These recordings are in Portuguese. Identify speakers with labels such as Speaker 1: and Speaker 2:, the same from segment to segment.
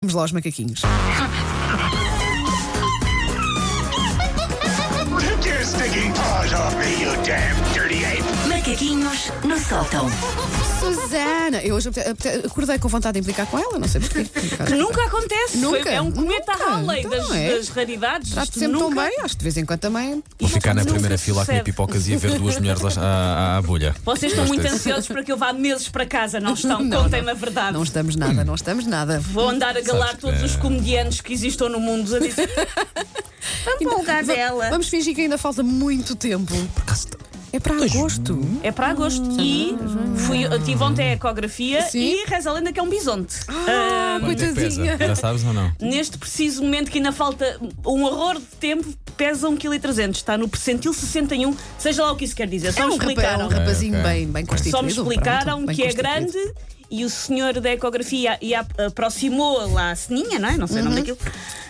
Speaker 1: Vamos lá aos macaquinhos.
Speaker 2: Take your stinking paws off me, you damn dirty ape!
Speaker 3: Macaquinhos no sótão.
Speaker 1: Susana! Eu hoje apte- apte- acordei com vontade de implicar com ela, não sei porquê.
Speaker 4: Que nunca acontece.
Speaker 1: Nunca,
Speaker 4: Foi- É um cometa
Speaker 1: nunca.
Speaker 4: Halley
Speaker 1: Então,
Speaker 4: das,
Speaker 1: é.
Speaker 4: das rarididades.
Speaker 1: Trato
Speaker 4: Isto
Speaker 1: sempre tão
Speaker 4: nunca-
Speaker 1: bem, acho que de vez em quando também.
Speaker 5: Vou
Speaker 4: Isto
Speaker 5: ficar na
Speaker 4: nunca
Speaker 5: primeira
Speaker 4: se
Speaker 5: fila a comer
Speaker 4: percebe.
Speaker 5: pipocas e a ver duas mulheres à, à, à bolha.
Speaker 4: Vocês estão muito
Speaker 5: Gostei.
Speaker 4: ansiosos para que eu vá meses para casa, não estão?
Speaker 1: Não,
Speaker 4: Contem-me a verdade.
Speaker 1: Não estamos nada, não estamos nada.
Speaker 4: Vou andar a galar
Speaker 5: Sabes,
Speaker 4: todos
Speaker 5: é.
Speaker 4: os comediantes que existam no mundo a dizer. Vamos para o lugar dela.
Speaker 1: Vamos fingir que ainda falta muito tempo. É para agosto.
Speaker 4: É para agosto.
Speaker 1: Hum,
Speaker 4: E fui, eu tive ontem a ecografia
Speaker 1: é. Sim.
Speaker 4: e reza a lenda que é um bisonte.
Speaker 1: Ah,
Speaker 5: Quanto é que
Speaker 1: coitadinha.
Speaker 5: pesa? Já sabes ou não?
Speaker 4: Neste preciso momento que ainda falta um horror de tempo, pesa 1,3 kg. Está no percentil 61, seja lá o que isso quer dizer. Só
Speaker 1: É
Speaker 4: me
Speaker 1: um, rapaz, é
Speaker 4: explicaram.
Speaker 1: um rapazinho
Speaker 5: Ok, ok.
Speaker 1: bem, bem constituído.
Speaker 4: Só me explicaram
Speaker 1: pronto, bem
Speaker 4: que é
Speaker 1: constituído.
Speaker 4: grande e o senhor da ecografia e a- aproximou lá a ceninha, não é? Não sei
Speaker 1: Uhum.
Speaker 4: o nome daquilo.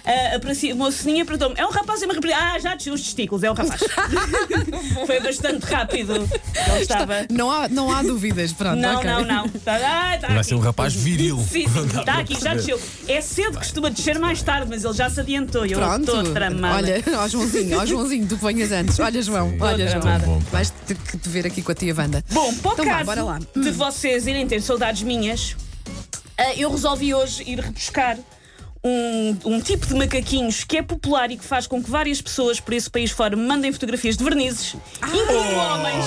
Speaker 4: Ah, aproximou a ceninha e perguntou-me: é um rapaz e uma rapariga? Ah, já desceu os testículos, é um rapaz. Foi bastante rápido. Ele estava.
Speaker 1: Não há, não há dúvidas, pronto.
Speaker 4: Não,
Speaker 1: Ah, ok.
Speaker 4: não, não. Está, ah, está
Speaker 5: Vai
Speaker 4: aqui.
Speaker 5: ser um rapaz viril.
Speaker 4: Sim, sim, está aqui, já desceu. É cedo, costuma descer mais tarde, mas ele já se adiantou. Eu estou
Speaker 1: Pronto.
Speaker 4: tramada.
Speaker 1: Olha, ó Joãozinho, ó Joãozinho, tu que venhas antes. Olha, João, olha,
Speaker 4: Tô
Speaker 1: João.
Speaker 4: tramada.
Speaker 5: Bom, pá.
Speaker 1: Vais ter que te ver aqui com a tia Wanda.
Speaker 4: Bom, para o
Speaker 1: Então vá,
Speaker 4: caso
Speaker 1: bora lá.
Speaker 4: de vocês irem ter saudades minhas, ah, eu resolvi hoje ir rebuscar um, um tipo de macaquinhos que é popular e que faz com que várias pessoas por esse país fora me mandem fotografias de vernizes, incluindo homens.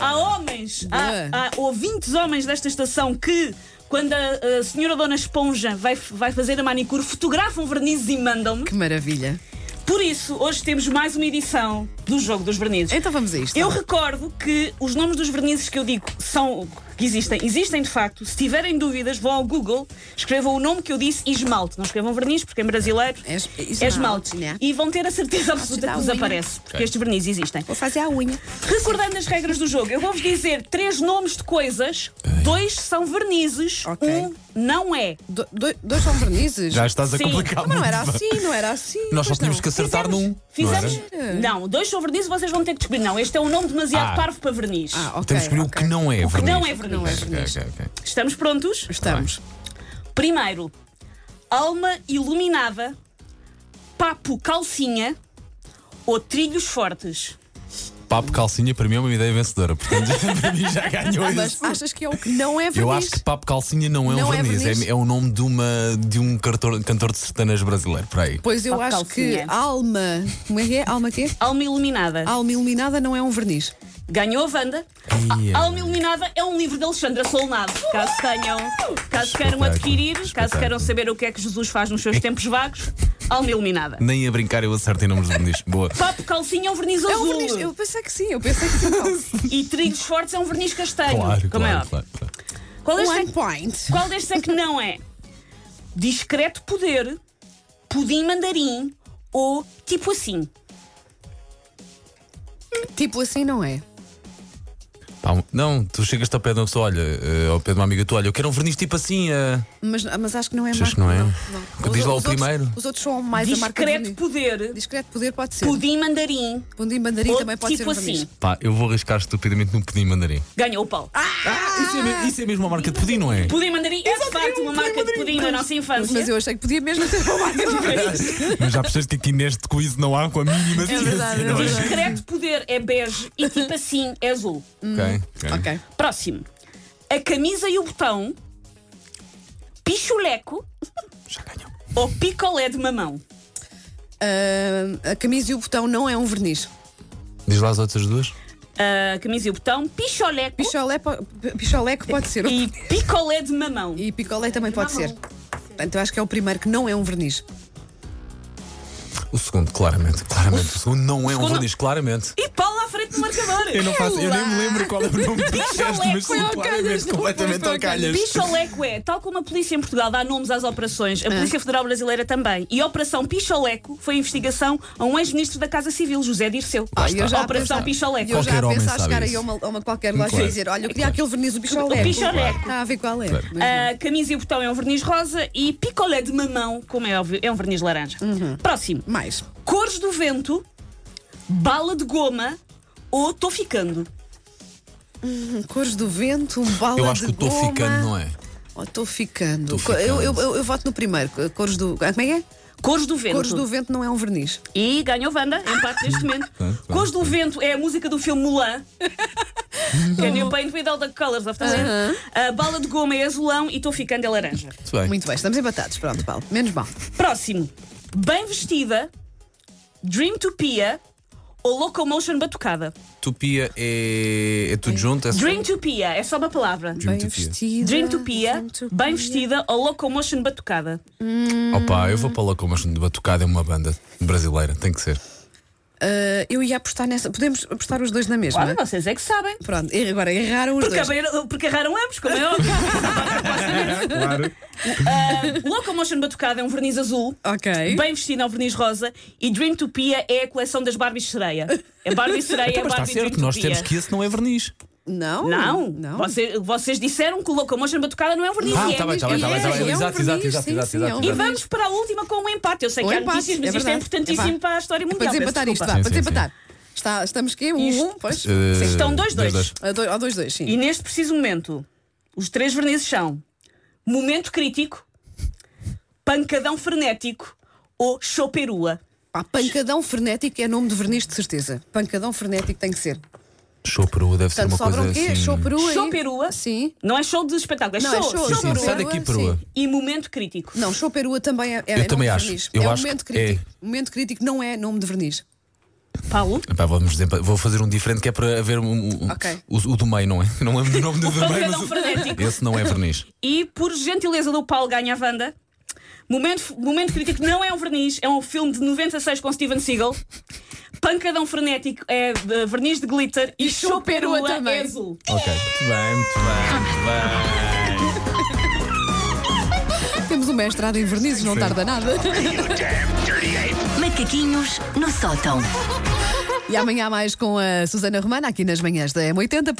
Speaker 4: Há homens,
Speaker 1: Ah! Boa.
Speaker 4: há, há ouvintes homens desta estação que. Quando a, a senhora Dona Esponja vai, vai fazer a manicure, fotografam vernizes e mandam-me.
Speaker 1: Que maravilha.
Speaker 4: Por isso, hoje temos mais uma edição do Jogo dos Vernizes.
Speaker 1: Então vamos a isto.
Speaker 4: Eu recordo que os nomes dos vernizes que eu digo são que existem, existem de facto. Se tiverem dúvidas, vão ao Google, escrevam o nome que eu disse e esmalte. Não escrevam verniz, porque em brasileiro
Speaker 1: É
Speaker 4: é,
Speaker 1: es- esmalte,
Speaker 4: esmalte.
Speaker 1: né?
Speaker 4: E vão ter a certeza absoluta que
Speaker 1: dá
Speaker 4: vos
Speaker 1: unha.
Speaker 4: aparece, porque
Speaker 5: Ok.
Speaker 4: estes vernizes existem.
Speaker 1: Vou fazer a unha.
Speaker 4: Recordando as regras do jogo, eu vou-vos dizer três nomes de coisas, dois são vernizes,
Speaker 1: Ok.
Speaker 4: um não é.
Speaker 1: Do- do- dois são vernizes?
Speaker 5: Já estás a
Speaker 4: Sim.
Speaker 5: complicar
Speaker 1: Mas não
Speaker 5: muito.
Speaker 1: era assim, não era assim.
Speaker 5: Nós só
Speaker 1: pois
Speaker 5: tínhamos
Speaker 1: não.
Speaker 5: que acertar num.
Speaker 4: Fizemos.
Speaker 5: Não é? era?
Speaker 4: Não, dois são vernizes, vocês vão ter que descobrir. Não, este é um nome demasiado
Speaker 5: Ah.
Speaker 4: parvo para verniz.
Speaker 1: Ah, ok.
Speaker 5: Temos que escolher o
Speaker 1: ok.
Speaker 5: que não é
Speaker 4: que
Speaker 5: verniz.
Speaker 4: não é verniz.
Speaker 1: Não é
Speaker 5: Ok,
Speaker 1: verniz.
Speaker 5: ok, ok.
Speaker 4: Estamos prontos?
Speaker 1: Estamos.
Speaker 4: Primeiro, alma iluminada, papo calcinha ou trilhos fortes.
Speaker 5: Papo calcinha para mim é uma ideia vencedora. Portanto, para mim já ganhou
Speaker 1: Mas
Speaker 5: isso.
Speaker 1: achas que é o que não é verniz?
Speaker 5: Eu acho que papo calcinha não é um
Speaker 1: Não é
Speaker 5: verniz.
Speaker 1: verniz.
Speaker 5: É, é o nome de, uma, de um cantor, cantor de sertanas brasileiro. Por aí.
Speaker 1: Pois eu
Speaker 4: Só
Speaker 1: acho que
Speaker 4: calcinha.
Speaker 1: alma. Como é que é? Alma quê?
Speaker 4: Alma iluminada.
Speaker 1: Alma iluminada não é um verniz.
Speaker 4: Ganhou a Wanda.
Speaker 5: Ia.
Speaker 4: Alma Iluminada é um livro de Alexandra Solnado. Caso tenham, caso queiram
Speaker 5: Espetáculo.
Speaker 4: adquirir, caso
Speaker 5: Espetáculo.
Speaker 4: queiram saber o que é que Jesus faz nos seus tempos vagos, Alma Iluminada.
Speaker 5: Nem a brincar eu acertei nomes de verniz. Boa.
Speaker 4: Papo calcinha é um verniz
Speaker 1: É um
Speaker 4: azul.
Speaker 1: verniz. Eu pensei que sim, eu pensei que sim.
Speaker 4: E trilhos fortes é um verniz castanho.
Speaker 5: Claro,
Speaker 4: como é
Speaker 5: claro,
Speaker 4: óbvio.
Speaker 5: claro, claro.
Speaker 4: Qual destes é
Speaker 1: One
Speaker 4: que
Speaker 1: point.
Speaker 4: Qual destes é que não é? Discreto poder, pudim mandarim ou tipo assim?
Speaker 1: Tipo assim não é.
Speaker 5: Pá, um- não, tu chegas ao pé de uma pessoa, olha, eh, ao pé de uma amiga tua, olha, eu quero um verniz tipo assim. eh.
Speaker 1: Mas, mas acho que não é
Speaker 5: Achas
Speaker 1: marca.
Speaker 5: que não é?
Speaker 1: não.
Speaker 5: Diz lá o
Speaker 1: Os outros-
Speaker 5: primeiro.
Speaker 1: os outros são mais a marca é de
Speaker 4: Discreto
Speaker 1: verniz.
Speaker 4: poder,
Speaker 1: Discreto poder pode ser.
Speaker 4: pudim mandarim
Speaker 1: Pudim mandarim
Speaker 4: ou
Speaker 1: também pode ser
Speaker 4: tipo
Speaker 1: um verniz.
Speaker 4: assim?
Speaker 5: Pá, eu vou arriscar estupidamente num pudim mandarim.
Speaker 4: Ganhou o pau.
Speaker 5: Ah, isso é, me- isso é mesmo uma marca de pudim, não é?
Speaker 4: Pudim mandarim é de facto
Speaker 1: um
Speaker 4: uma marca de pudim da nossa
Speaker 1: Mas
Speaker 4: infância.
Speaker 1: eu achei que podia mesmo ser uma marca de verniz.
Speaker 5: Mas já percebes que aqui neste quiz não há com a mínima ciência,
Speaker 1: verdade, é
Speaker 5: não é?
Speaker 1: verdade.
Speaker 4: Discreto poder é bege e tipo assim é azul.
Speaker 5: Ok, Hum, ok.
Speaker 1: ok.
Speaker 4: Próximo. A camisa e o botão, pichuleco
Speaker 5: Já ganhou.
Speaker 4: ou picolé de mamão?
Speaker 1: Ah, a camisa e o botão não é um verniz.
Speaker 5: Diz lá as outras duas.
Speaker 4: A camisa e o botão, picholeco
Speaker 1: Picolé, po- p- picolé que pode ser.
Speaker 4: e picolé de mamão.
Speaker 1: E picolé também pode ser. Portanto, eu acho que é o primeiro que não é um verniz.
Speaker 5: O segundo, claramente, claramente. O segundo não é um
Speaker 4: segundo-
Speaker 5: verniz, claramente.
Speaker 4: E pau lá à frente do marcador.
Speaker 5: Eu não faço, eu nem me lembro qual é o nome que tu disseste, mas
Speaker 4: Foi
Speaker 5: sim,
Speaker 4: ao calhas,
Speaker 5: claramente,
Speaker 1: não
Speaker 5: completamente
Speaker 1: foi ao
Speaker 5: ao é calhas.
Speaker 4: Picholeco é, tal como a polícia em Portugal dá nomes às operações, a
Speaker 1: Ah.
Speaker 4: Polícia Federal Brasileira também. E a Operação Picholeco foi a investigação a um ex-ministro da Casa Civil, José Dirceu.
Speaker 1: Ah, eu já
Speaker 4: Operação
Speaker 1: pensava-
Speaker 4: Picholeco.
Speaker 1: Eu já
Speaker 5: Qualquer homem
Speaker 1: penso a
Speaker 5: sabe
Speaker 1: chegar aí
Speaker 5: isso.
Speaker 1: a uma, a uma qualquer loja e
Speaker 5: Claro.
Speaker 1: dizer: olha, eu queria aquele verniz, o picolé.
Speaker 4: O picholeco.
Speaker 1: Está a ver qual é.
Speaker 5: Claro.
Speaker 1: Mas não.
Speaker 4: A camisa e o botão é um verniz rosa e picolé de mamão, como é óbvio, é um verniz laranja.
Speaker 1: Uhum.
Speaker 4: Próximo.
Speaker 1: Mais.
Speaker 4: Cores do vento, bala de goma ou tô ficando.
Speaker 1: Cores do vento, um bala
Speaker 5: Eu acho que
Speaker 1: de
Speaker 5: o tô
Speaker 1: goma.
Speaker 5: ficando, não é?
Speaker 1: Oh, Estou ficando.
Speaker 5: Tô ficando.
Speaker 1: Eu, eu, eu- eu voto no primeiro. Cores do. ah, Como é que é?
Speaker 4: Cores do Vento.
Speaker 1: Cores do Vento não é um verniz.
Speaker 4: E ganhou Wanda, empate neste momento.
Speaker 5: Pronto, pronto.
Speaker 4: Cores do Vento é a música do filme Mulan. Can you paint with all the colors of the wind? A bala de goma é azulão e estou ficando é laranja.
Speaker 5: Muito bem.
Speaker 1: Muito bem, estamos empatados. Pronto, Paulo. Menos mal.
Speaker 4: Próximo. Bem vestida, Dreamtopia ou Locomotion Batucada?
Speaker 5: Tupia é. é tudo junto? É só-
Speaker 4: Dreamtopia, é só uma palavra.
Speaker 5: Dream
Speaker 1: bem
Speaker 5: Tupia.
Speaker 1: vestida.
Speaker 4: Dreamtopia,
Speaker 1: Dreamtopia.
Speaker 4: bem vestida ou Locomotion Batucada?
Speaker 5: Opa, eu vou para lá com uma batucada é uma banda brasileira, tem que ser.
Speaker 1: Ah, eu ia apostar nessa. Podemos apostar os dois na mesma?
Speaker 4: Claro, vocês é que sabem.
Speaker 1: Pronto, e agora erraram os
Speaker 4: Porque, é
Speaker 1: dois.
Speaker 4: abriram- porque erraram ambos, como é óbvio.
Speaker 5: Claro.
Speaker 4: Ah, Locomotion Batucada é um verniz azul.
Speaker 1: Ok.
Speaker 4: Bem vestida ao verniz rosa e Dreamtopia é a coleção das Barbies sereia. É Barbie sereia, é
Speaker 5: Então, Mas está
Speaker 4: Barbie
Speaker 5: certo,
Speaker 4: Dreamtopia.
Speaker 5: nós temos que esse não é verniz.
Speaker 1: Não.
Speaker 4: Não,
Speaker 1: não.
Speaker 4: Vocês, vocês disseram que o Locomotion Batucada não é um verniz.
Speaker 5: Ah,
Speaker 4: e é
Speaker 5: tá bem, tá bem, tá bem, tá
Speaker 1: é, é
Speaker 5: bem.
Speaker 1: um
Speaker 5: Exato, exato,
Speaker 1: verniz,
Speaker 5: exato,
Speaker 1: sim,
Speaker 5: exato,
Speaker 1: sim, é um
Speaker 5: exato.
Speaker 4: E
Speaker 1: verniz.
Speaker 4: vamos para a última com o empate. Eu sei
Speaker 1: O
Speaker 4: que há
Speaker 1: empate,
Speaker 4: notícias,
Speaker 1: é
Speaker 4: mas isto é
Speaker 1: verdade.
Speaker 4: importantíssimo
Speaker 1: É vá.
Speaker 4: para a história mundial.
Speaker 1: Vamos
Speaker 4: Peço
Speaker 1: empatar isto,
Speaker 4: desculpa.
Speaker 1: vá,
Speaker 5: Sim,
Speaker 1: vamos
Speaker 5: sim,
Speaker 1: empatar. Está, estamos que um,
Speaker 4: Isto-
Speaker 1: um, pois.
Speaker 5: Eh,
Speaker 4: Estão dois, dois.
Speaker 1: A dois- Ao dois, dois,
Speaker 4: E
Speaker 1: sim.
Speaker 4: neste preciso momento, os três vernizes são Momento Crítico, Pancadão Frenético ou Choperua.
Speaker 1: Pá, pancadão frenético é nome de verniz, de certeza. Pancadão frenético tem que ser.
Speaker 5: Choperu deve ser
Speaker 1: Portanto,
Speaker 5: uma
Speaker 1: sobra
Speaker 5: coisa
Speaker 1: o quê?
Speaker 5: assim.
Speaker 1: Show perua. hein?
Speaker 4: Choperua.
Speaker 1: Sim.
Speaker 4: Não é show de espetáculo, é
Speaker 1: Não, é
Speaker 4: show,
Speaker 1: show,
Speaker 4: show
Speaker 1: sim,
Speaker 5: Sim,
Speaker 4: perua
Speaker 5: sai daqui,
Speaker 1: Sim.
Speaker 5: perua.
Speaker 4: e Momento Crítico.
Speaker 1: Não, show perua também é, é
Speaker 5: Eu
Speaker 1: nome
Speaker 5: também
Speaker 1: de
Speaker 5: acho.
Speaker 1: verniz.
Speaker 5: Eu
Speaker 1: é
Speaker 5: acho
Speaker 1: momento
Speaker 5: que
Speaker 1: crítico. Momento crítico não é nome de verniz.
Speaker 4: Paulo?
Speaker 5: Epá, vamos dizer, vou fazer um diferente que é para haver um, um-
Speaker 1: Ok.
Speaker 5: o, o do meio, não é? Não lembro do nome do, do meio,
Speaker 4: pancadão
Speaker 5: mas o-
Speaker 4: frenético.
Speaker 5: esse não é verniz.
Speaker 4: E por gentileza do Paulo ganha a Wanda. Momento, momento crítico não é um verniz, é um filme de 96 com Steven Seagal. Pancadão frenético é de verniz de glitter e, show
Speaker 1: Choperua
Speaker 4: perua
Speaker 1: também.
Speaker 4: é azul.
Speaker 5: Ok, muito bem, muito bem, muito
Speaker 1: Temos uma mestrado em vernizes, não tarda nada.
Speaker 2: You damn dirty ape!
Speaker 3: Macaquinhos no sótão.
Speaker 1: E amanhã há mais com a Susana Romana aqui nas manhãs da M80.